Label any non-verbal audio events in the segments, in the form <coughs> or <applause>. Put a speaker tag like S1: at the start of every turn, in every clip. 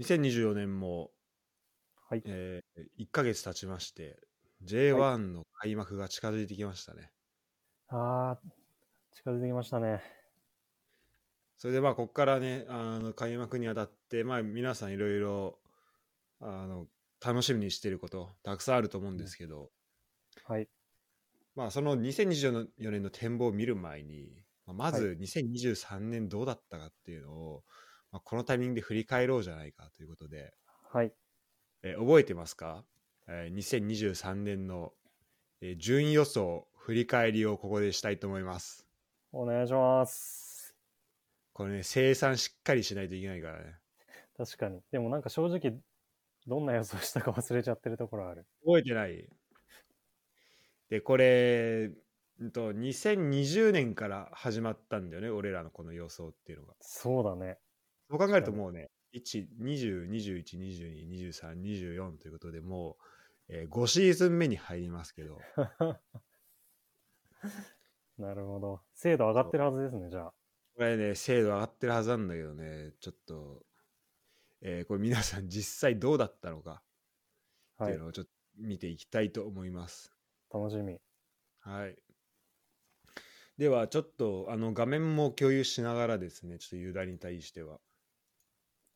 S1: 2024年も、
S2: はい
S1: えー、1ヶ月経ちまして、J1 の開幕が近づいてきましたね。
S2: あー、近づいてきましたね。
S1: それでまあここからねあの開幕にあたって、まあ、皆さんいろいろあの楽しみにしていることたくさんあると思うんですけど、
S2: はい。
S1: まあ、その2024年の展望を見る前にまあまず2023年どうだったかっていうのを、まあ、このタイミングで振り返ろうじゃないかということで、
S2: はい。
S1: えー覚えてますか、えー、2023年の、えー順位予想振り返りをここでしたいと思います
S2: お願いします。
S1: これね生産しっかりしないといけないからね
S2: 確かに。でもなんか正直、どんな予想したか忘れちゃってるところある。
S1: 覚えてない。で、これ、うんと、2020年から始まったんだよね、俺らのこの予想っていうのが。
S2: そうだね。 <laughs>
S1: そう考えるともうね、1、20、21、22、23、24ということで、もう、えー5シーズン目に入りますけど、
S2: なるほど。精度上がってるはずですね、じゃあ。
S1: これね、精度上がってるはずなんだけどね、ちょっと、えーこれ皆さん実際どうだったのかっ
S2: は
S1: て
S2: い
S1: いう。のをちょっと見ていきたいと思います。
S2: 楽しみ。
S1: はい。では、ちょっとあの画面も共有しながらですね、ちょっとユダに対しては。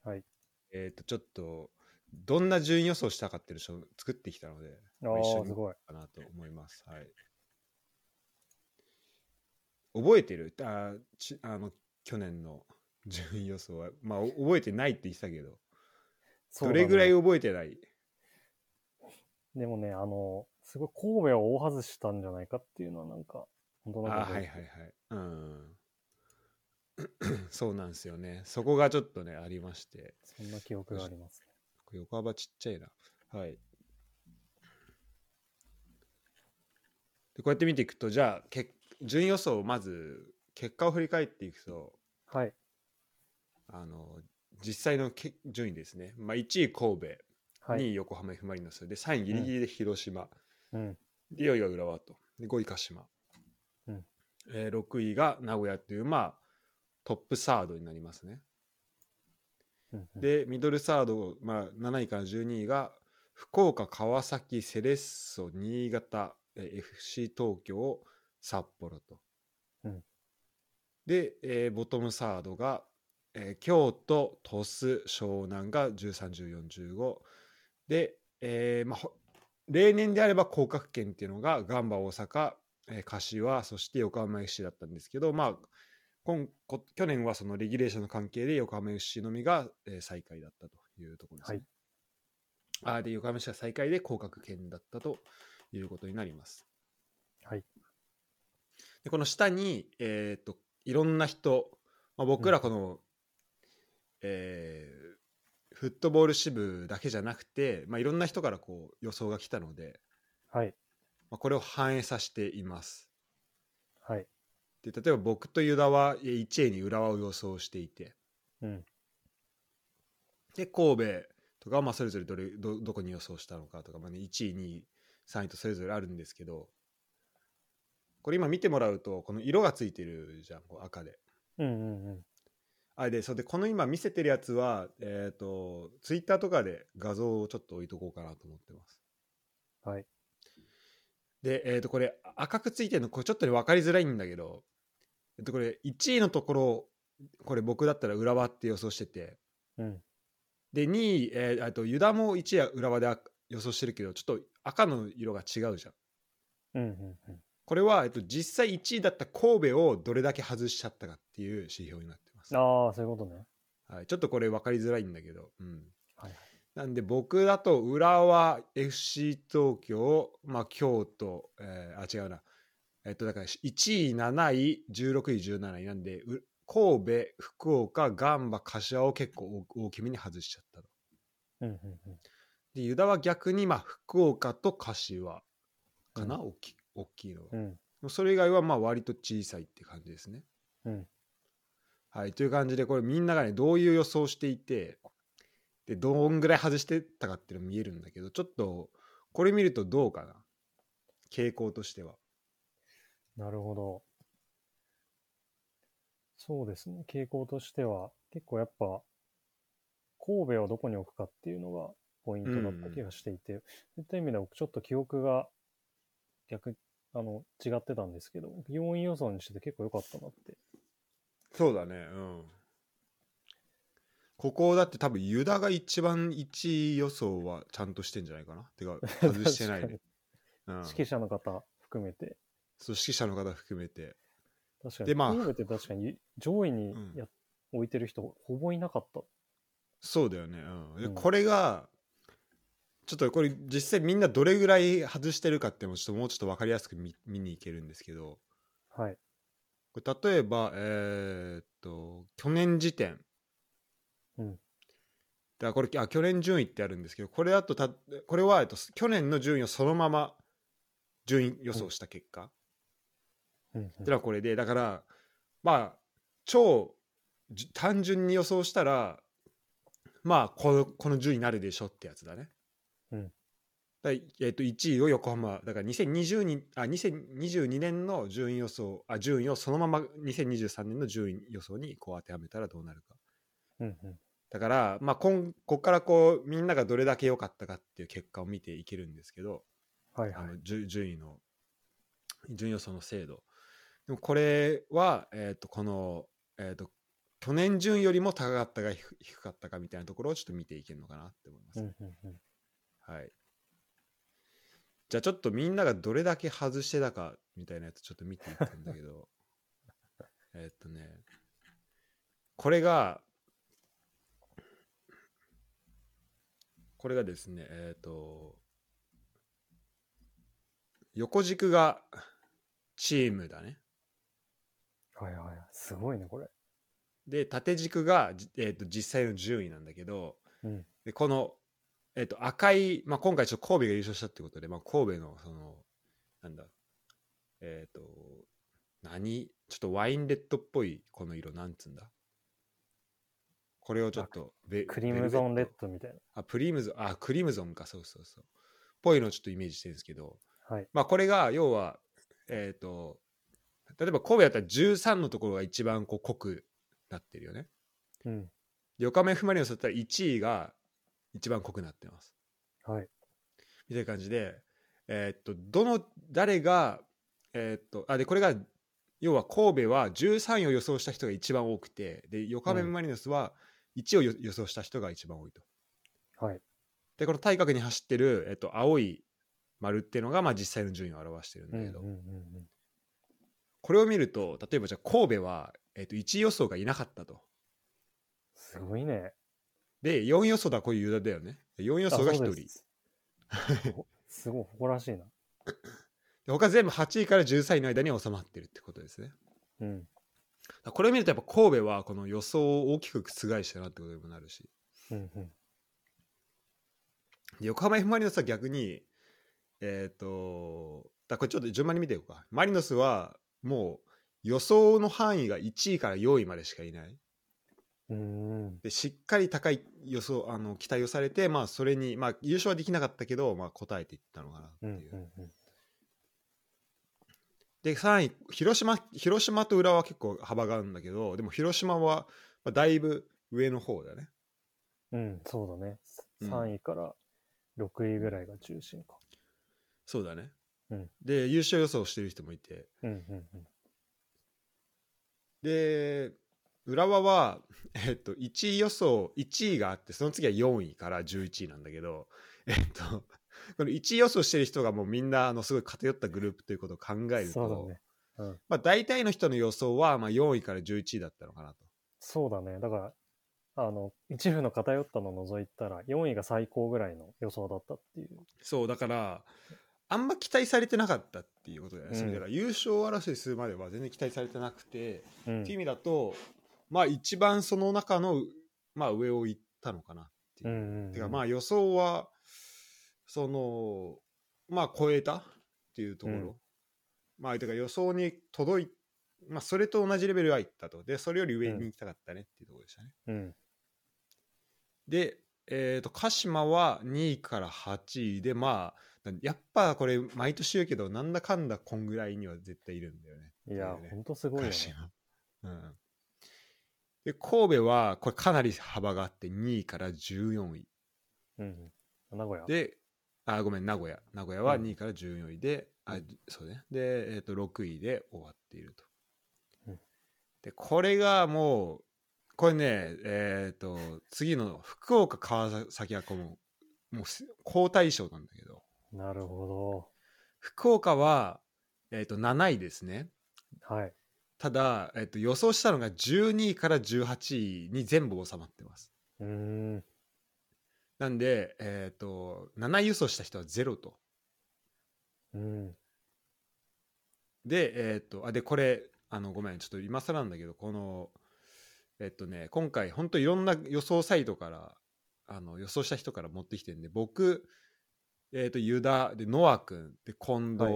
S2: はい。
S1: えっ、と、ちょっと、どんな順位予想したかっていうのを作ってきたので、
S2: あ
S1: 一緒
S2: あ、
S1: に
S2: すごい。
S1: かなと思います。はい。覚えてるあーちあの、去年の順位予想は、まあ、お覚えてないって言ってたけど、
S2: そう
S1: ど
S2: だ
S1: れぐらい
S2: ね
S1: 覚えてない
S2: でもね、あの、すごい神戸を大外したんじゃないかっていうのはなんか、本当
S1: あ
S2: の
S1: ーはいはいはい。うん。 <coughs> そうなんですよね。そこがちょっとね、ありまして。
S2: そんな記憶があります、ね。
S1: 横幅ちっちゃいな。はい。でこうやって見ていくと、じゃあ、け順位予想をまず、結果を振り返っていくと、
S2: はい。
S1: あの、実際のけ順位ですね。まあ、1位神戸、
S2: はい。
S1: 2位横浜 F ・マリノス、で、3位ギリギリで広島、
S2: うん。
S1: で、4位が浦和と、で、5位鹿島、
S2: うん
S1: えー6位が名古屋という、まあ、トップサードになりますね。
S2: うんうん
S1: で、ミドルサード、まあ、7位から12位が、福岡、川崎、セレッソ、新潟、えー FC 東京、札幌と。
S2: うん
S1: で、えーボトムサードが、えー京都、鳥栖、湘南が13、14、15。で、えーまあ、ほ例年であれば降格圏っていうのが、ガンバ大阪、えー柏、そして横浜 FC だったんですけど、まあ、今こ去年はそのレギュレーションの関係で横浜 FC のみが、えー最下位だったというところですね。あーで横浜 FC が最下位で降格圏だったということになります。
S2: はい。
S1: でこの下に、えーっといろんな人、まあ、僕らこの、えーフットボール支部だけじゃなくて、まあ、いろんな人からこう予想が来たので、
S2: はい。
S1: まあ、これを反映させています。
S2: はい。
S1: で例えば僕と湯田はえー1位に浦和を予想していて、
S2: うん。
S1: で神戸とか、まあ、それぞれどれどどこに予想したのかとか、まあね、1位2位3位とそれぞれあるんですけどこれ今見てもらうとこの色がついてるじゃんこう赤で。
S2: うんうんうん。
S1: あでそれでこの今見せてるやつは、えー、とツイッターとかで画像をちょっと置いとこうかなと思ってます。
S2: はい。
S1: で、えー、とこれ赤くついてるのこれちょっとね分かりづらいんだけど、えっとこれ1位のところこれ僕だったら浦和って予想してて、
S2: うん。
S1: で2位、えーあとユダも1や浦和であ予想してるけどちょっと赤の色が違うじゃん
S2: うんうんうん。
S1: これは、えっと、実際1位だった神戸をどれだけ外しちゃったかっていう指標になってます、
S2: ああ、そういうことね。
S1: はい、ちょっとこれ分かりづらいんだけど、うん、
S2: はいはい。
S1: なんで僕だと浦和 FC 東京、まあ、京都、えーあ違うなえっとだから1位7位16位17位なんでう神戸福岡ガンバ柏を結構大大きめに外しちゃったと
S2: うんうんうん。
S1: で、ユダは逆に、まあ、福岡と柏かな、
S2: うん
S1: 大き大きいのは。
S2: う
S1: で
S2: ん。
S1: もそれ以外は、まあ、割と小さいって感じですね。
S2: うん。
S1: はい、という感じで、これみんながね、どういう予想をしていて、で、どんぐらい外してたかっていうの見えるんだけど、ちょっと、これ見るとどうかな傾向としては。
S2: なるほど。そうですね。傾向としては、結構やっぱ、神戸をどこに置くかっていうのがポイントだった気がしていて、そういった意味では僕ちょっと記憶が逆、あの、違ってたんですけど、4位予想にしてて結構良かったなって。
S1: そうだねうんここだって多分ユダが一番1位予想はちゃんとしてんじゃないかなて <laughs> か外してないね、うん、
S2: 指揮者の方含めて。
S1: そう指揮者の方含めて
S2: 確かに、
S1: でまあ
S2: 神戸って確かに上位にや、置いてる人ほぼいなかった。
S1: そうだよね、うんで
S2: うん
S1: これがちょっとこれ実際みんなどれぐらい外してるかっていうのもちょっともうちょっと分かりやすく見見に行けるんですけど
S2: はい。
S1: これ例えばえーっと去年時点、
S2: うん
S1: だからこれあ去年順位ってあるんですけどこれだとたこれは、えっと、去年の順位をそのまま順位予想した結果、
S2: うん
S1: ってのはこれでだからまあ超じ単純に予想したらまあこのこの順位になるでしょってやつだね。
S2: うん
S1: だいえっと1位を横浜だから2020にあ2022年の順位予想あ順位をそのまま2023年の順位予想にこう当てはめたらどうなるか。
S2: うんうん
S1: だから、まあ、今こっからこうみんながどれだけ良かったかっていう結果を見ていけるんですけど、
S2: はいは
S1: あ
S2: い。
S1: の順順位の順位予想の制度でもこれは、えー、とこの、えー、と去年順位よりも高かったか低低かったかみたいなところをちょっと見ていけるのかなって思いま
S2: う
S1: す、
S2: んうんうん
S1: はいじゃあちょっとみんながどれだけ外してたかみたいなやつちょっと見ていくんだけどえっとねこれがこれがですねえっ、と横軸がチームだね
S2: はいはいはい。すごいね、これ。
S1: で縦軸が、じえー、と実際の順位なんだけど
S2: うん。
S1: でこの、えっと赤い、まあ、今回ちょっと神戸が優勝したってことで、まあ、神戸のそのなんだえっ、と何ちょっとワインレッドっぽいこの色なんつうんだこれをちょっとベ
S2: クリムゾンレ
S1: ベ
S2: ッ
S1: ベ
S2: ドみたい
S1: あプリムゾンあクリムゾンかそうそうそうっぽいのをちょっとイメージしてるんですけど
S2: な。はい。
S1: まあこれが要はえっ、と例えば神戸だったら13のところが一番こう濃くなってるよね
S2: うん。
S1: 横浜 F ・マリノスだったら1位が一番濃くなってます
S2: はい。
S1: みたいな感じで、えーっと、どの、誰が、えーっと、あ、で、これが、要は神戸は13位を予想した人が一番多くて、で、横浜
S2: うん
S1: マリノスは1位をよ予想した人が一番多いと。
S2: はい。
S1: で、この対角に走ってる、えーっと、青い丸っていうのが、まあ、実際の順位を表してるん
S2: う
S1: だ
S2: んう
S1: け
S2: んう
S1: ど、
S2: んうん。
S1: これを見ると、例えばじゃあ神戸は、えーっと、1位予想がいなかったと。
S2: すごいね。
S1: で、4位予想だ、こういうユダだよね。4位予
S2: あ
S1: 想が1
S2: そう
S1: 人。
S2: ですおすごい誇らしいな。
S1: で他全部8位から13位の間に収まってるってことですね。
S2: うん。
S1: これを見るとやっぱ神戸はこの予想を大きく覆したなってことにもなるし
S2: うんうん。
S1: で横浜 F ・マリノスは逆にえっ、とだこれちょっと順番に見てようかマリノスはもう予想の範囲が1位から4位までしかいないう
S2: ーん。
S1: でしっかり高い予想あの期待をされてまあそれにまあ優勝はできなかったけどまあ答えていったのかなって
S2: う
S1: い
S2: ん
S1: う、
S2: うんうん。
S1: で3位広島広島と浦和は結構幅があるんだけどでも広島はまあだいぶ上の方だね
S2: うん、そうだね。
S1: うん
S2: 3位から6位ぐらいが中心か。
S1: そうだね、
S2: うん
S1: で優勝予想してる人もいて
S2: うんうんうん。
S1: で浦和は、 <laughs> えっと、1位予想1位があってその次は4位から11位なんだけど、えっと、 <laughs> この1位予想してる人がもうみんなあのすごい偏ったグループということを考える
S2: そうだ
S1: と、
S2: ね。
S1: まあ、大体の人の予想は、まあ、4位から11位だったのかなと。
S2: そうだね。だから、あの、一部の偏ったのを除いたら、4位が最高ぐらいの予想だったっていう。
S1: そうだからあんま期待されてなかったっていうことだよね、
S2: うん
S1: それだから優勝争いするまでは全然期待されてなくて、
S2: う
S1: っ
S2: ん
S1: ていう意。味だとまあ一番その中の、まあ、上を行ったのかなっていう
S2: う。んうん。
S1: てかまあ予想はそのまあ超えたっていうところ、
S2: うん
S1: まあてか予想に届いまあそれと同じレベルはいったとでそれより上
S2: うん
S1: に行きたかったねっていうところでしたね、
S2: うん。
S1: でえっ、と鹿島は2位から8位でまあやっぱこれ毎年言うけどなんだかんだこんぐらいには絶対いるんだよね
S2: いや
S1: ってう、ね
S2: ほんとすごい
S1: 鹿
S2: よね。
S1: 島うんで神戸はこれかなり幅があって2位から14位
S2: うん。名古屋。
S1: であごめん名古屋名古屋は2位から14位で、あそうねで、えー、と6位で終わっていると、
S2: うん
S1: でこれがもうこれねえっ、と次の福岡川崎はこうもうもうす好対象なんだけど
S2: なるほ
S1: 福岡は、えー、と7位ですね
S2: ど。はい。
S1: ただ、えっと、予想したのが12位から18位に全部収まってます
S2: うーん。
S1: なんで、えっと7位予想した人はゼロと
S2: うん。
S1: でえっとあでこれあのごめんちょっと今更なんだけどこのえっとね今回本当いろんな予想サイトからあの予想した人から持ってきてるんで僕えっとユダでノア君で近藤、
S2: は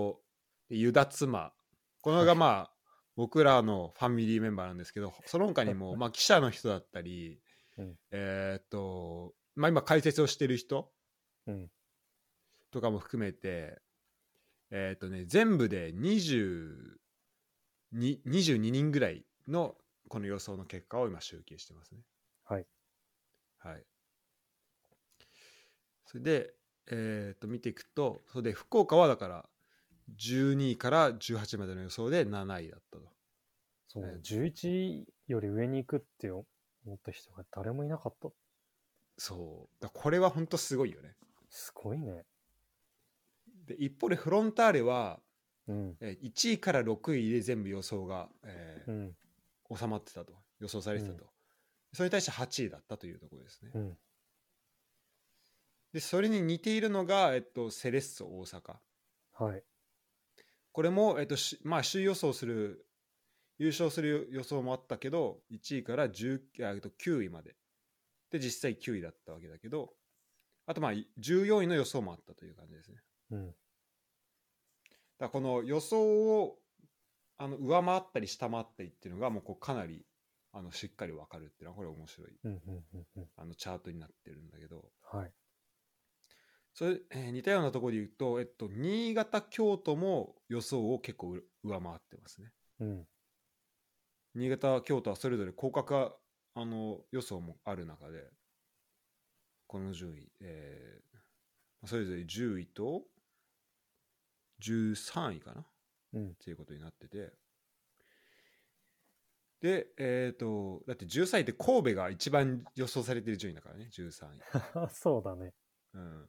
S1: でユダ妻この
S2: は
S1: が
S2: い
S1: まあ、僕らのファミリーメンバーなんですけどその他に
S2: <laughs>
S1: も、まあ、記者の人だったり、
S2: うん
S1: えっとまあ今解説をしてる人
S2: うん。
S1: とかも含めて、えっ、とね、全部で20に22人ぐらいのこの予想の結果を今集計してますね。
S2: はい。
S1: はい。それで、えっ、と、見ていくと、それで福岡はだから、12位から18位までの予想で7位だったと。
S2: そう、
S1: えー
S2: 11より上に行くって思った人が誰もいなかった。
S1: そう。だからこれは本当すごいよね。
S2: すごいね。
S1: で、一方でフロンターレは、
S2: うん。
S1: えー1位から6位で全部予想が、えー
S2: うん。
S1: 収まってたと予想されてたと、
S2: うん
S1: それに対して8位だったというところですね、
S2: うん。
S1: でそれに似ているのが、えっと、セレッソ大阪
S2: はい。
S1: これも、えっとしまあ、首位予想する優勝する予想もあったけど1位から10あえっと9位までで実際9位だったわけだけどあとまあ14位の予想もあったという感じですね
S2: うん。
S1: だからこの予想をあの上回ったり下回ったりっていうのがもうこうかなりあのしっかり分かるっていうのはこれ面白い
S2: うん。うん。うん。うん。
S1: あのチャートになってるんだけど
S2: はい。
S1: それ、えー似たようなところで言うと、えっと、新潟、京都も予想を結構う上回ってますね。
S2: うん。
S1: 新潟、京都はそれぞれ降格があの予想もある中で、この順位、えーそれぞれ10位と13位かなっ
S2: うん。 <laughs>
S1: ていうことになってて、で、えっ、と、だって13位って神戸が一番予想されてる順位だからね、13位。
S2: そうだね。
S1: うん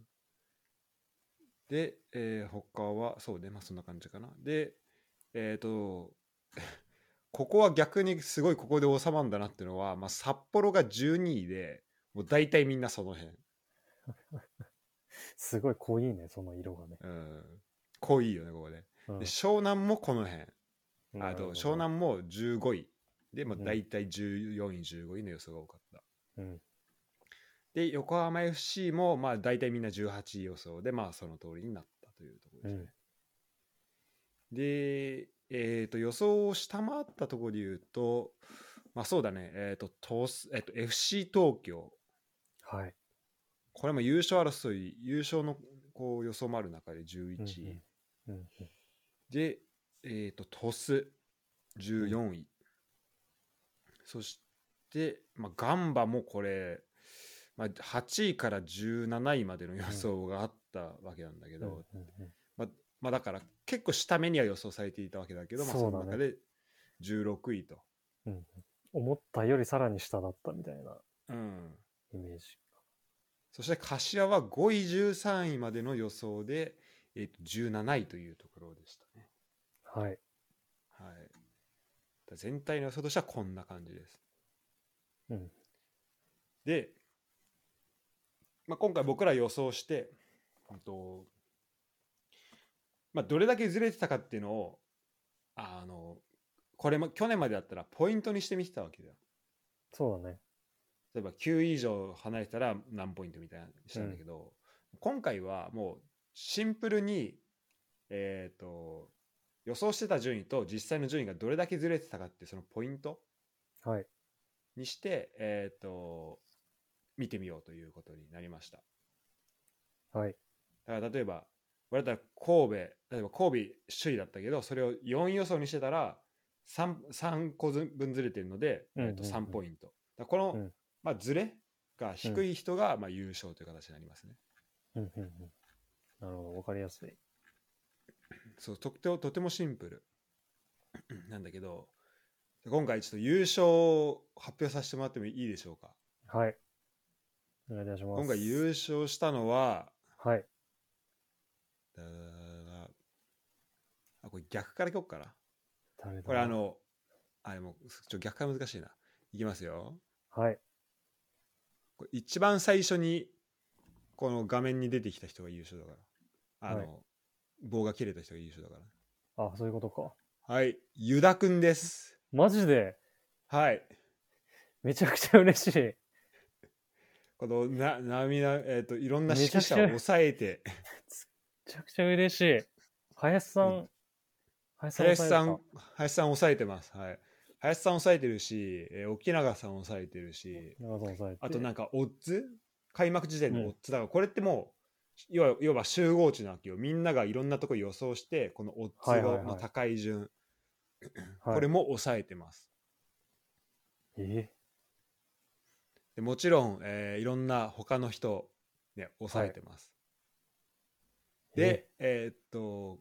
S1: で、えー他は、そうね、まあそんな感じかな。で、えっ、と、 <laughs> ここは逆にすごいここで収まるんだなっていうのは、まあ、札幌が12位で、もう大体みんなその辺。
S2: すごい濃いね、その色がね。
S1: うん。濃いよね、ここで。
S2: うん
S1: で、湘南もこの辺。
S2: な
S1: あ
S2: るほ
S1: と、
S2: ど
S1: 湘南も15位。で、まあ
S2: うん
S1: 大体14位、15位の予想が多かった。
S2: うん。
S1: で、横浜 FC も、まあ大体みんな18位予想で、まあその通りになったというところですね。で、えー、と予想を下回ったところで言うと、まあ、そうだね、えーと東スえー、と FC 東京、
S2: はい。
S1: これも優勝争い、優勝のこう予想もある中で11
S2: うん
S1: 位、
S2: うん。うん
S1: で、えー、と鳥栖14位、そして、まあ、ガンバもこれ、まあ、8位から17位までの予想があったわけなんだけ
S2: う
S1: ど、
S2: んうんうん
S1: まあ、まあだから結構下目には予想されていたわけだけど、まあ、
S2: そ
S1: そう
S2: だ
S1: の
S2: ね
S1: 中で16位と。
S2: うん思ったよりさらに下だったみたいな
S1: うん、
S2: イメージ。
S1: そして柏は5位13位までの予想で、えー、と17位というところでしたね。
S2: はい。
S1: はい、だから全体の予想としてはこんな感じです。
S2: うん。
S1: で、まあ、今回僕ら予想して、うんとまあ、どれだけずれてたかっていうのをあのこれも去年までだったらポイントにしてみてたわけだよ。
S2: そうだね。
S1: 例えば9以上離れたら何ポイントみたいなのしたんだけど、今回はもうシンプルに、えー、と予想してた順位と実際の順位がどれだけずれてたかってそのポイント
S2: はい。
S1: にして、えー、と見てみようということになりました。
S2: はい。
S1: だから例えば我々だったら神戸例えば神戸首位だったけどそれを4位予想にしてたら 3, 3個ず分ずれてるので、
S2: うんうんうん
S1: えっと3ポイント。だからこの、
S2: うん
S1: まあ、ずれが低い人が、まあ、優勝という形になりますね。
S2: うんうんうん。なるほど、わかりやすい。
S1: そうとってもとてもシンプルなんだけど今回ちょっと優勝を発表させてもらってもいいでしょうか
S2: はい。お願いいたします。
S1: 今回優勝したのは
S2: はい。
S1: だだだだあこれ逆からいこっかな
S2: 誰だ
S1: これあ、のあれもうちょ逆から難しいないきますよ
S2: はい。
S1: これ一番最初にこの画面に出てきた人が優勝だからあの、
S2: はい
S1: 棒が切れた人が優勝だか
S2: あ、そういうことか。
S1: らはいユダくんです
S2: マジで、
S1: はい
S2: めちゃくちゃ嬉しい。
S1: このな涙、えっといろんな指揮
S2: めち
S1: 者
S2: ゃくち
S1: を
S2: ゃ
S1: 抑えて
S2: <laughs> めちゃくちゃ嬉しい。林さ、
S1: うん
S2: 林
S1: 林さん
S2: 抑え、
S1: 林さん抑えてます。はい。林さん抑えてるし、えー沖永さん抑えてるし、
S2: た長さん抑えて。
S1: あとなんんかオッズ開幕時点のオッズだから、これってもう、いわいわば集合値なわけよ。みんながいろんなとこ予想して、このオッ
S2: は
S1: ズ
S2: いはいはい
S1: の高い順、
S2: はい
S1: これも抑えてます。
S2: え
S1: でもちろん、えーいろんな他の人、ね、抑えてます。で、えーっと、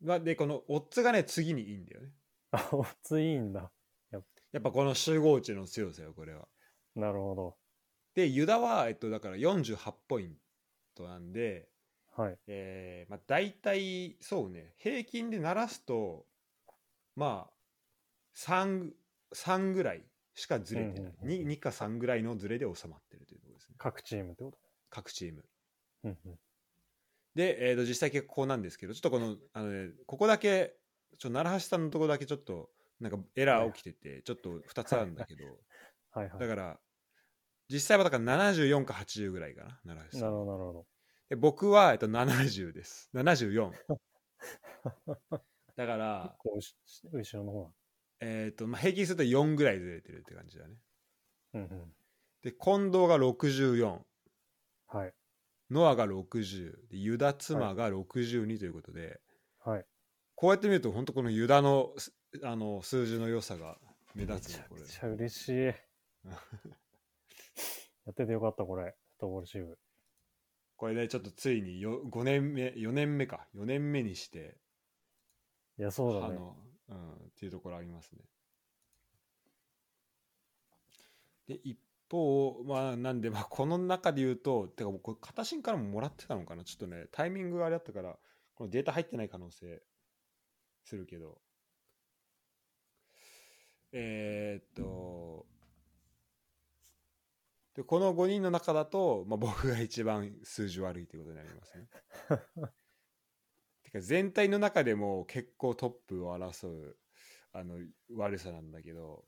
S1: まあ、で、このオッズがね、次にいいんだよね。
S2: あ、おついいんだ。
S1: やっぱこの集合値の強さよ、これは。
S2: なるほ
S1: で、ユダは、えっと、だから48ポイントなんで、
S2: ど。はい。
S1: えー、まあ大体、そうね、平均で鳴らすと、まあ、3、3ぐらいしかずれてない。
S2: うんうんうん
S1: に 2, か3ぐらいのずれで収まってるというところですね。
S2: 各チームってこ
S1: 各チーム。
S2: と。うんうん。
S1: で、えー、と実際結構こうなんですけどちょっとこのあの、ね、ここだけちょっと奈良橋さんのとこだけちょっとなんかエラー起きててちょっと2つあるんだけど
S2: はいはい。
S1: だから実際はだから74か80ぐらいかな奈良橋さん
S2: なるほど、なるほど。
S1: で僕は、えっと、70です74だから、
S2: こうし、後ろの方だ。
S1: えーとまあ、平均すると4ぐらいずれてるって感じだね
S2: うんうん。
S1: で近藤が64
S2: はい。
S1: ノアが60でユダ妻が62ということで、
S2: はい。
S1: こうやって見ると本当このユダのすあの数字の良さが目
S2: め
S1: 立つ
S2: ち
S1: ね
S2: ゃ
S1: これ
S2: くちゃ嬉し
S1: <laughs>
S2: い。やっててよかった、これ。フットボールシーブ。
S1: これねちょっとついによ5年目4年目か4年目にして
S2: いや、そうだ
S1: あ
S2: ね。
S1: の、うん、っていうところありますねで一方まあなんでまあこの中で言うとてかもうこれ片新からももらってたのかなちょっとねタイミングがあれだったからこのデータ入ってない可能性するけどえーっとでこの5人の中だと、まあ、僕が一番数字悪いということになりますね。てか全体の中でも結構トップを争うあの悪さなんだけど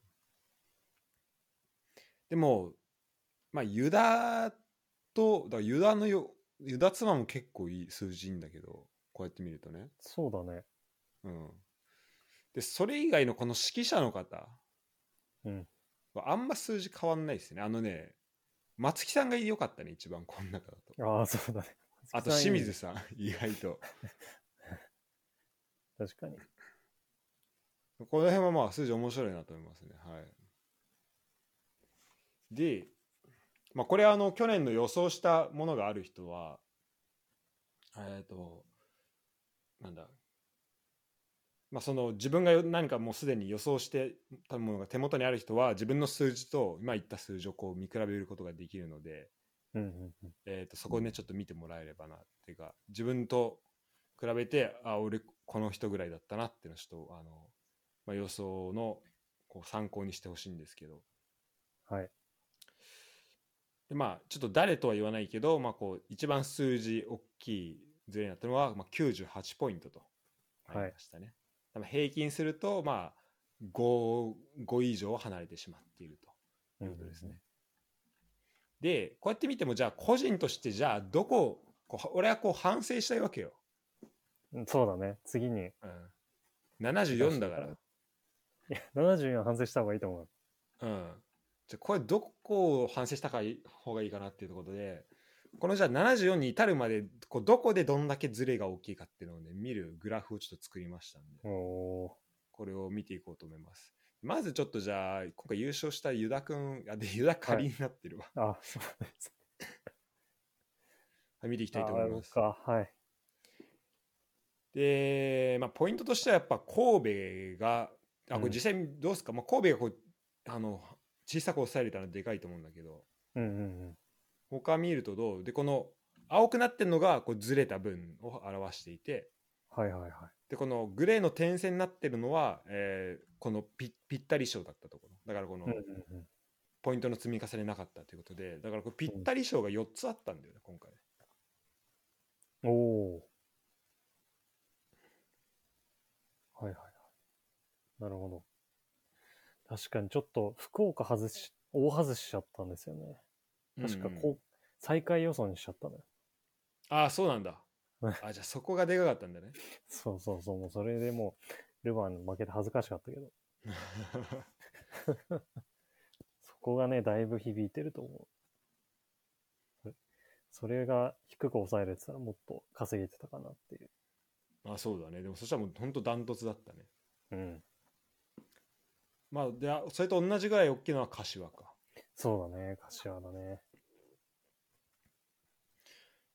S1: でもまあユダとだからユダのよユダ妻も結構いい数字いいんだけどこうやって見るとね
S2: そうだね。
S1: うんでそれ以外のこの指揮者の方
S2: うん。
S1: はあんま数字変わんないですねあのね松木さんが良かったね一番この中だと
S2: ああ、そうだね。
S1: <laughs> あと清水さん意外と
S2: 確かに。
S1: この辺はまあ数字面白いなと思いますね。はい、で、まあ、これあの去年の予想したものがある人は、えっ、と、なんだ、まあ、その自分が何かもうすでに予想してたものが手元にある人は自分の数字と今言った数字をこう見比べることができるので、
S2: うんうんうん。
S1: えー、とそこをねちょっと見てもらえればなっていうか自分と比べてあ俺この人ぐらいだったなっていうのをちょっとあの、まあ、予想のこう参考にしてほしいんですけど
S2: はい。
S1: でまあちょっと誰とは言わないけど、まあ、こう一番数字大きいずれになったのは、まあ、98ポイントと
S2: はい
S1: なりましたね、多分平均するとまあ 5, 5以上離れてしまっているとということですね。で、こうやって見ても、じゃあ個人として、じゃあどこをこう、俺はこう反省したいわけよ。
S2: うん。そうだね。次に。
S1: うん、74だから。
S2: いや、74反省した方がいいと思う。
S1: うん。じゃあこれどこを反省したかい方がいいかなっていうところで、このじゃあ74に至るまでこうどこでどんだけズレが大きいかっていうのをね見るグラフをちょっと作りましたんで
S2: おー
S1: これを見ていこうと思いますまずちょっとじゃあ今回優勝したユダくんあでユダ仮になってるわ、は
S2: あ、そうです。
S1: い見ていきたいと
S2: あ
S1: 思
S2: あ
S1: い
S2: の
S1: ます
S2: か、はい。
S1: で、まあ、ポイントとしてはやっぱ神戸があこ
S2: う
S1: れ
S2: ん
S1: 実際にどうですか、まあ、神戸がこうあの小さく抑えれたのはでかいと思うんだけど
S2: うんうん
S1: 他見るとどうでこの青くなってるのがこうずれた分を表していて
S2: うん。はいはいはい。
S1: でこのグレーの点線になってるのは、えーこのぴぴったり賞だったところだからこの
S2: うんうんうん。
S1: ポイントの積み重ねなかったということでだからこれぴったり賞が4つあったんだよね今回
S2: おお。はいはいはい。なるほど。確かにちょっと福岡外し、大外ししちゃったんですよね。確かこう、
S1: うんうん
S2: 最下位予想にしちゃったのよ。 <laughs>
S1: ああそうなんだあじゃあそこがでかかったんだね
S2: そうそうそう、もうそれでもう、ルヴァンに負けて恥ずかしかったけど、 <laughs> そこがね、だいぶ響いてると思う。それそれが低く抑えられてたらもっと稼げてたかなっていう。
S1: あそうだねでもそしたらもうほんとダントツだったね
S2: うん。
S1: まあであそれと同じぐらい大きいのは柏か
S2: そうだね、柏だね。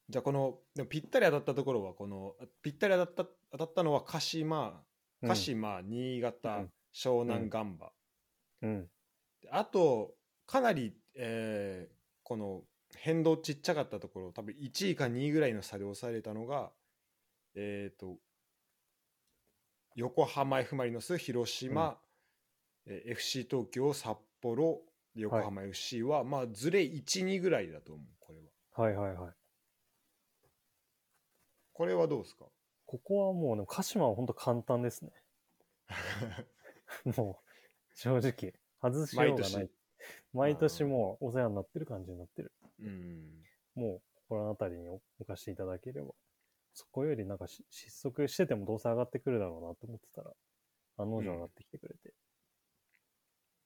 S1: じゃあこのでもぴったり当たったところはこのあぴったり当たった当たったのは鹿島
S2: うん
S1: 鹿島、新潟、
S2: うん
S1: 湘南ガンバ、
S2: うん。
S1: であとかなり、えーこの変動ちっちゃかったところ多分1位か2位ぐらいの差で抑えれたのがえっ、と横浜 F ・マリノス広島、えー FC 東京札幌で横浜 FC は、まあずれ12ぐらいだと思うこれは
S2: はいはいはい。
S1: これはどうですか
S2: ここはもうね、鹿島は本当簡単ですね。 <laughs> もう、正直、外しよう
S1: 毎
S2: がない
S1: 年。
S2: 毎年もうお世話になってる感じになってる。
S1: うん
S2: もう、心のあたりに置かせていただければ。そこよりなんかし失速しててもどうせ上がってくるだろうなと思ってたら、案の定上がってきてくれて、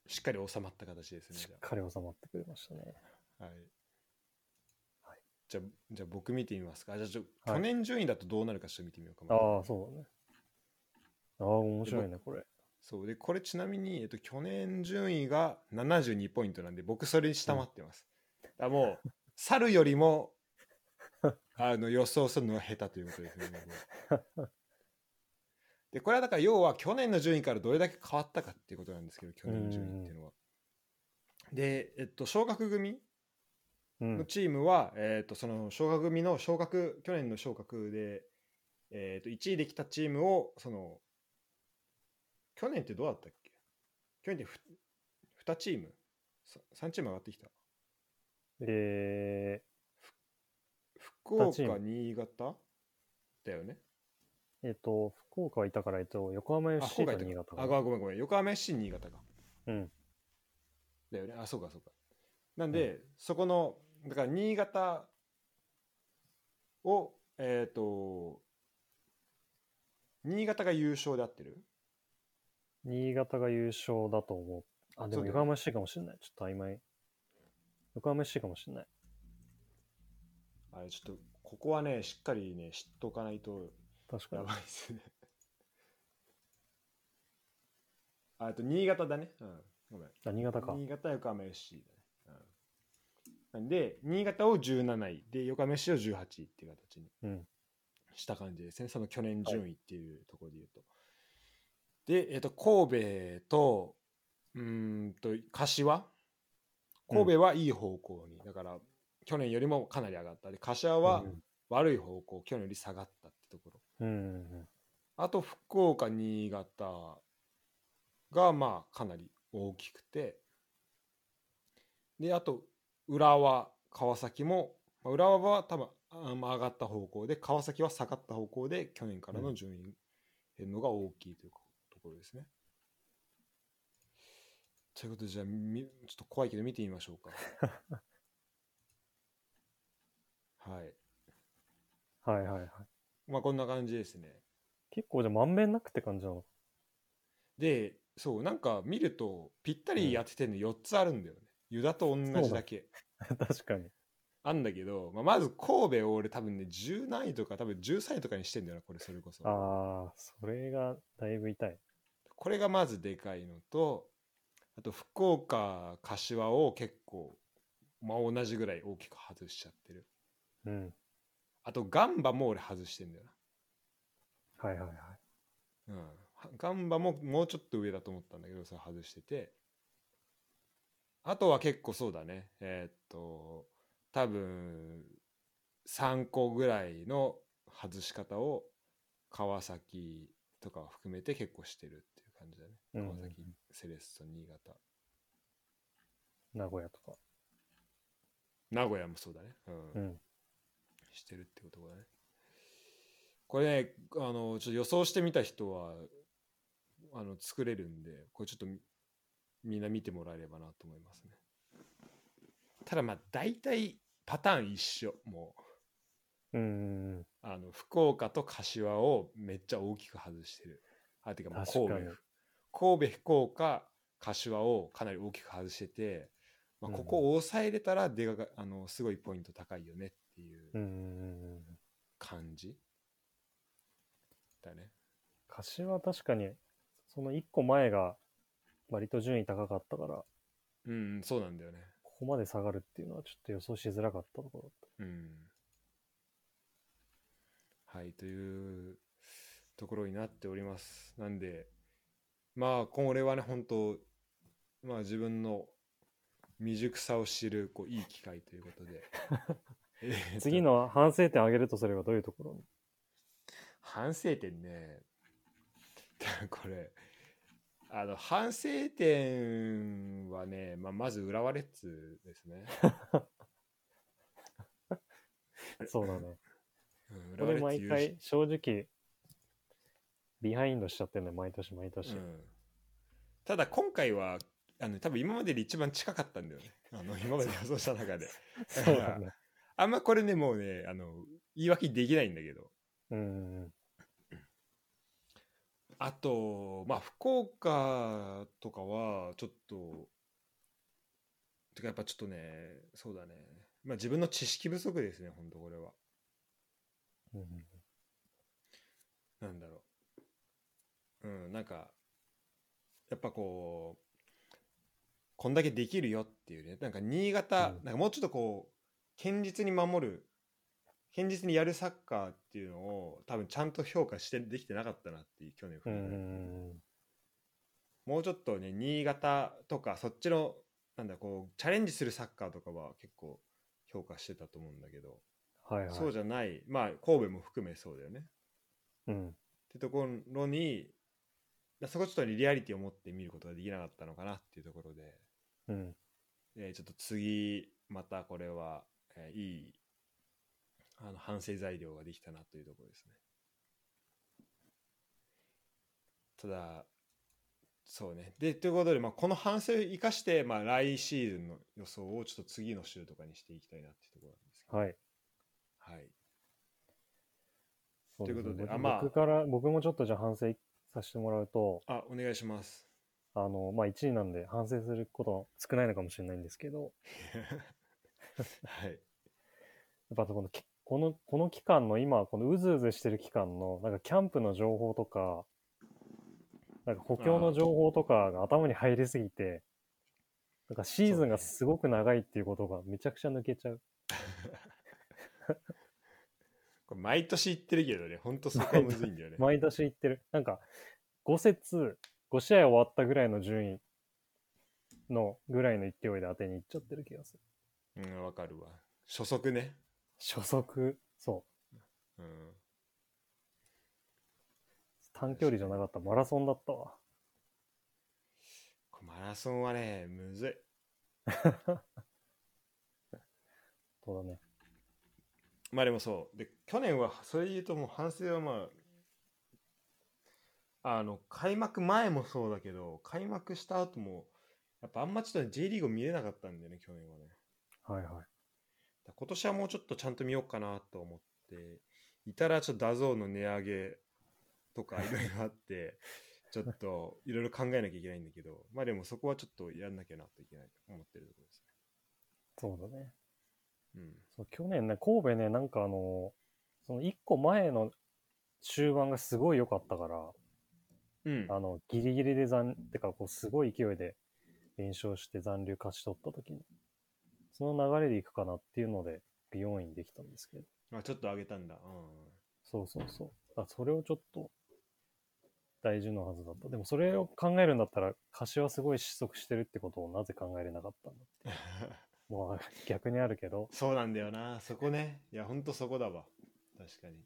S1: しっかり収まった形ですね
S2: し
S1: じ
S2: っかり収まってくれましたね。
S1: ゃあはい
S2: はい
S1: じゃあじゃあ僕見てみますかあじゃあちょ、
S2: はい
S1: 去年順位だとどうなるかちょっと見てみようかまず
S2: ああ、そうだね。ああ、面白いね、これ。
S1: そうでこれちなみに、えっと、去年順位が72ポイントなんで僕それ下回ってます、だからもう猿よりもあの予想するのが下手ということですね僕でこれはだから要は去年の順位からどれだけ変わったかっていうことなんですけど去年順位っていうのはで、えっと、昇格組
S2: う
S1: の
S2: ん。
S1: チームは、えー、とその昇格組の昇格去年の昇格で、えー、と1位できたチームをその去年ってどうだったっけ去年ってふ2チームさ3チーム上がってきた
S2: え
S1: 福岡
S2: チーム
S1: 新潟だよね
S2: ー、えっ、と、福岡はいたから、えっと、横浜
S1: あ
S2: FC
S1: 福
S2: と
S1: 岡
S2: 新
S1: 行っ
S2: 潟
S1: た
S2: が
S1: かあごめんごめんごめん横浜 FC 新潟か
S2: うん。
S1: だよねあそうかそうかなんで、そこのだから新潟をえっ、と新潟が優勝で合ってる
S2: 新潟が優勝だと思う。あ、で
S1: そうだ
S2: も
S1: よ
S2: 横浜 FC かもしれない。ちょっと曖昧。横浜 FC かもしれない。
S1: あれちょっとここはねしっかりね知っとかないと
S2: 確か
S1: や
S2: に
S1: ば。いですね <laughs> ああと新潟だねうんごめん
S2: あ、新潟か。
S1: 新潟横浜 FC だね、うん、なんで新潟を17位で横浜 FC を18位っていう形に
S2: うん。
S1: した感じですねその去年順位っていうところで言うと、でえっ、と神戸とうーんと柏神戸はいい方向に、だから去年よりもかなり上がったで柏は、悪い方向去年より下がったってところ
S2: うん、うん。
S1: あと福岡新潟がまあかなり大きくてであと浦和川崎も、まあ、浦和は多分あまあ上がった方向で川崎は下がった方向で去年からの順位変動が大きいということころですね。ということでじゃあみちょっと怖いけど見てみましょうか。はい
S2: うんはいはいはい。
S1: まあこんな感じですね。
S2: 結構じゃあまんべんなくって感じなの。 <laughs>
S1: で、そう、なんか見ると、ぴったりやっててんの4つあるんだよね。ユダと同じだけ。
S2: 確かに。
S1: あんだけど、まあ、まず神戸を俺多分ね、10何位とか多分13位とかにしてんだよな、これそれこそ。
S2: ああ、それがだいぶ痛い。
S1: これがまずでかいのと、あと福岡、柏を結構、まあ同じぐらい大きく外しちゃってる。
S2: うん。
S1: あとガンバも俺外してんだよ
S2: はいはいはい。
S1: な。うん。ガンバももうちょっと上だと思ったんだけど、それ外してて。あとは結構そうだね。えーっと、多分、3個ぐらいの外し方を川崎とかを含めて結構してるっていう感じだね。
S2: うんうんうん
S1: 川崎、セレッソ、新潟。
S2: 名古屋とか。
S1: 名古屋もそうだね。
S2: う
S1: うん
S2: ん。
S1: してるってことだね。これね、あの、ちょっと予想してみた人は、あの、作れるんで、これちょっとみみんな見てもらえればなと思いますね。ただまあ、大体パターン一緒。もう、
S2: うん。
S1: あの、福岡と柏をめっちゃ大きく外してる。あ、てかもう神戸
S2: 確かに。
S1: 神戸、福岡、柏をかなり大きく外してて、まあ、ここを抑えれたらでかが、あの、すごいポイント高いよねっていう
S2: うんうんうんうん。
S1: 感じだね。
S2: 柏は確かに、その1個前が割と順位高かったから、
S1: うん、そうなんだよね。
S2: ここまで下がるっていうのはちょっと予想しづらかったところだっ
S1: うん。はい、というところになっております。なんで、まあ、これはね、本当まあ、自分の未熟さを知る、こう、いい機会ということ
S2: <laughs>
S1: で。えー
S2: た。
S1: と
S2: <laughs> 次の反省点挙げるとすればどういうところに
S1: 反省点ねこれあの反省点はね、まあ、まず浦和レッズですね、
S2: そう
S1: <laughs>
S2: だね。
S1: うん、浦和
S2: これ
S1: レッズ
S2: 毎
S1: 優
S2: 回正直、ビハインドしちゃってんね、毎年毎
S1: 勝
S2: 年。
S1: うんただ今回はあの多分今までで一番近かったんだよねあ
S2: <laughs>
S1: の今まで予想した中で
S2: <laughs> そう
S1: <laughs>
S2: だね。
S1: あんまこれねもうねあの言い訳できないんだけど
S2: うんうん
S1: あと、まあ、福岡とかは、ちょっと、てかやっぱちょっとね、そうだね。まあ、自分の知識不足ですね、本当これは。
S2: うんうん。
S1: なんだろう。うん、なんか、やっぱこう、こんだけできるよっていうね、なんか新潟、
S2: うん
S1: なんかもうちょっとこう、堅実に守る、堅実にやるサッカーっていうのを、多分ちゃんと評価してできてなかったなっていう、去年振
S2: う
S1: り
S2: ん
S1: 返
S2: う
S1: っ
S2: ん
S1: て
S2: うんうん。
S1: もうちょっとね、新潟とか、そっちの、なんだ、こう、チャレンジするサッカーとかは結構評価してたと思うんだけど、
S2: はいはい。
S1: そうじゃない、まあ、神戸も含めそうだよね。
S2: うん。
S1: ってところに、だそこちょっとリアリティを持って見ることができなかったのかなっていうところで、
S2: うん。
S1: えーちょっと次、またこれは、えーいい、あの、反省材料ができたなというところですね。ただ、そうね。で、ということで、まあ、この反省を生かして、まあ、来シーズンの予想をちょっと次の週とかにしていきたいなっていうところなんですけど。
S2: はい。
S1: はい。
S2: そすね
S1: ということで
S2: 僕
S1: あまあ
S2: 僕から、僕もちょっとじゃあ反省させてもらうと、
S1: あ、お願いします。
S2: あの、まあ、1位なんで反省すること少ないのかもしれないんですけど、
S1: はい。
S2: やっぱこのき、この、この期間の今、このうずうずしてる期間の、なんかキャンプの情報とか、なんか補強の情報とかが頭に入りすぎて、なんかシーズンがすごく長いっていうことがめちゃくちゃ抜けちゃう。
S1: これ、毎年言ってるけどね、ほんとそこはむずいんだよ <laughs> ね。
S2: 毎年言ってる。なんか、5節、5試合終わったぐらいの順位のぐらいの勢いで当てにいっちゃってる気がする。
S1: うん、わかるわ。初速ね。
S2: 初速、そう。
S1: うん。
S2: 短距離じゃなかった、マラソンだったわ。
S1: これマラソンはね、むずい。
S2: そうだね。
S1: まあでもそう。で、去年は、それで言うともう反省はまあ、あの、開幕前もそうだけど、開幕した後も、やっぱあんまちょっとね J リーグを見れなかったんだよね、去年はね。
S2: はいはい。
S1: だ今年はもうちょっとちゃんと見ようかなと思って、いたらちょっとダゾーンの値上げとかいろいろあって、 <laughs> ちょっといろいろ考えなきゃいけないんだけど、まあでもそこはちょっとやんなきゃなといけないと思ってるところです
S2: そうだね。
S1: ね。うん
S2: そう去年ね、神戸ね、なんかあの、その1個前の終盤がすごい良かったから、
S1: うん
S2: あの、ギリギリで残、てか、こう、すごい勢いで連勝して残留勝ち取った時に、その流れでいくかなっていうので、美容院できたんですけど。
S1: あちょっと上げたんだ、うん
S2: そうそうそう。あ、それをちょっと、大事のはずだった。でも、それを考えるんだったら、柏すごい失速してるってことをなぜ考えれなかったんだって。もう、逆にあるけど、
S1: <laughs> そうなんだよなそこねいやほんとそこだわ確かに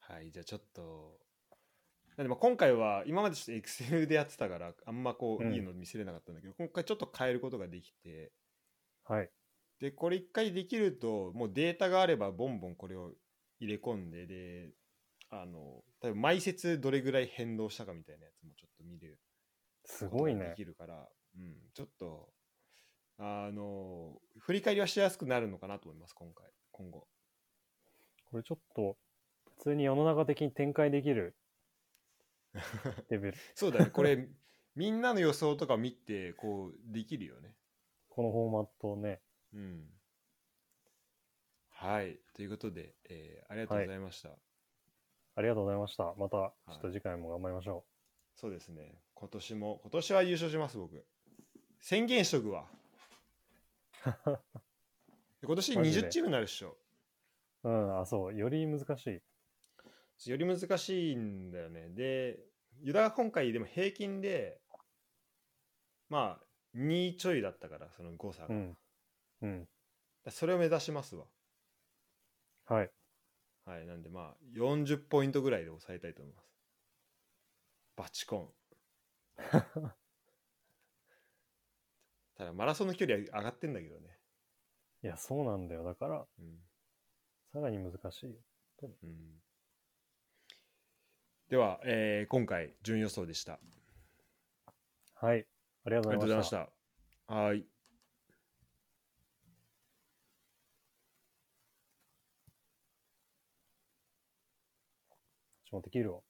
S1: はいじゃあちょっとでも今回は今までちょっとエクセルでやってたからあんまこう、
S2: うん
S1: いいの見せれなかったんだけど今回ちょっと変えることができて
S2: はい。
S1: でこれ一回できるともうデータがあればボンボンこれを入れ込んでであの例えば毎節どれぐらい変動したかみたいなやつもちょっと見れる
S2: すごい
S1: ことが
S2: ね
S1: で。きるから、うん、ちょっと、あの、振り返りはしやすくなるのかなと思います、今回、今後。
S2: これちょっと、普通に世の中的に展開でき <laughs> るレベル。
S1: そう
S2: <laughs>
S1: だね、これ、みんなの予想とか見て、こう、できるよね。
S2: このフォーマットをね。
S1: うん。はい、ということで、えーありがとうございました。
S2: ありがとうございました。また、ちょっと次回も頑張りましょ
S1: そうですね、今年も、今年は優勝します、僕。宣言しとく
S2: <laughs>
S1: わ。今年
S2: マジで
S1: 20チームになるっしょ。
S2: う。うん、あ、そう。より難しい。
S1: より難しいんだよね。で、ユダが今回でも平均で、まあ、2ちょいだったから、その誤差が。
S2: う
S1: だか
S2: ん。うん。
S1: らそれを目指しますわ。
S2: はい。
S1: はい。なんでまあ、40ポイントぐらいで抑えたいと思います。バチ
S2: <laughs>
S1: コン。ただ、マラソンの距離は上がってんだけどね。
S2: いや、そうなんだよ。だから、
S1: うん。
S2: さらに難しいよ。
S1: うん、では、えー今回、準予想でした。あ
S2: はい。ありがと
S1: りがとう
S2: うご
S1: ござ
S2: ざい
S1: い
S2: ま
S1: ま
S2: し。
S1: したた。はい。
S2: ちょっと待って、切るわ。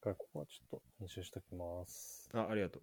S2: 一回ここはちょっと編集しときます。
S1: あ、ありがとう。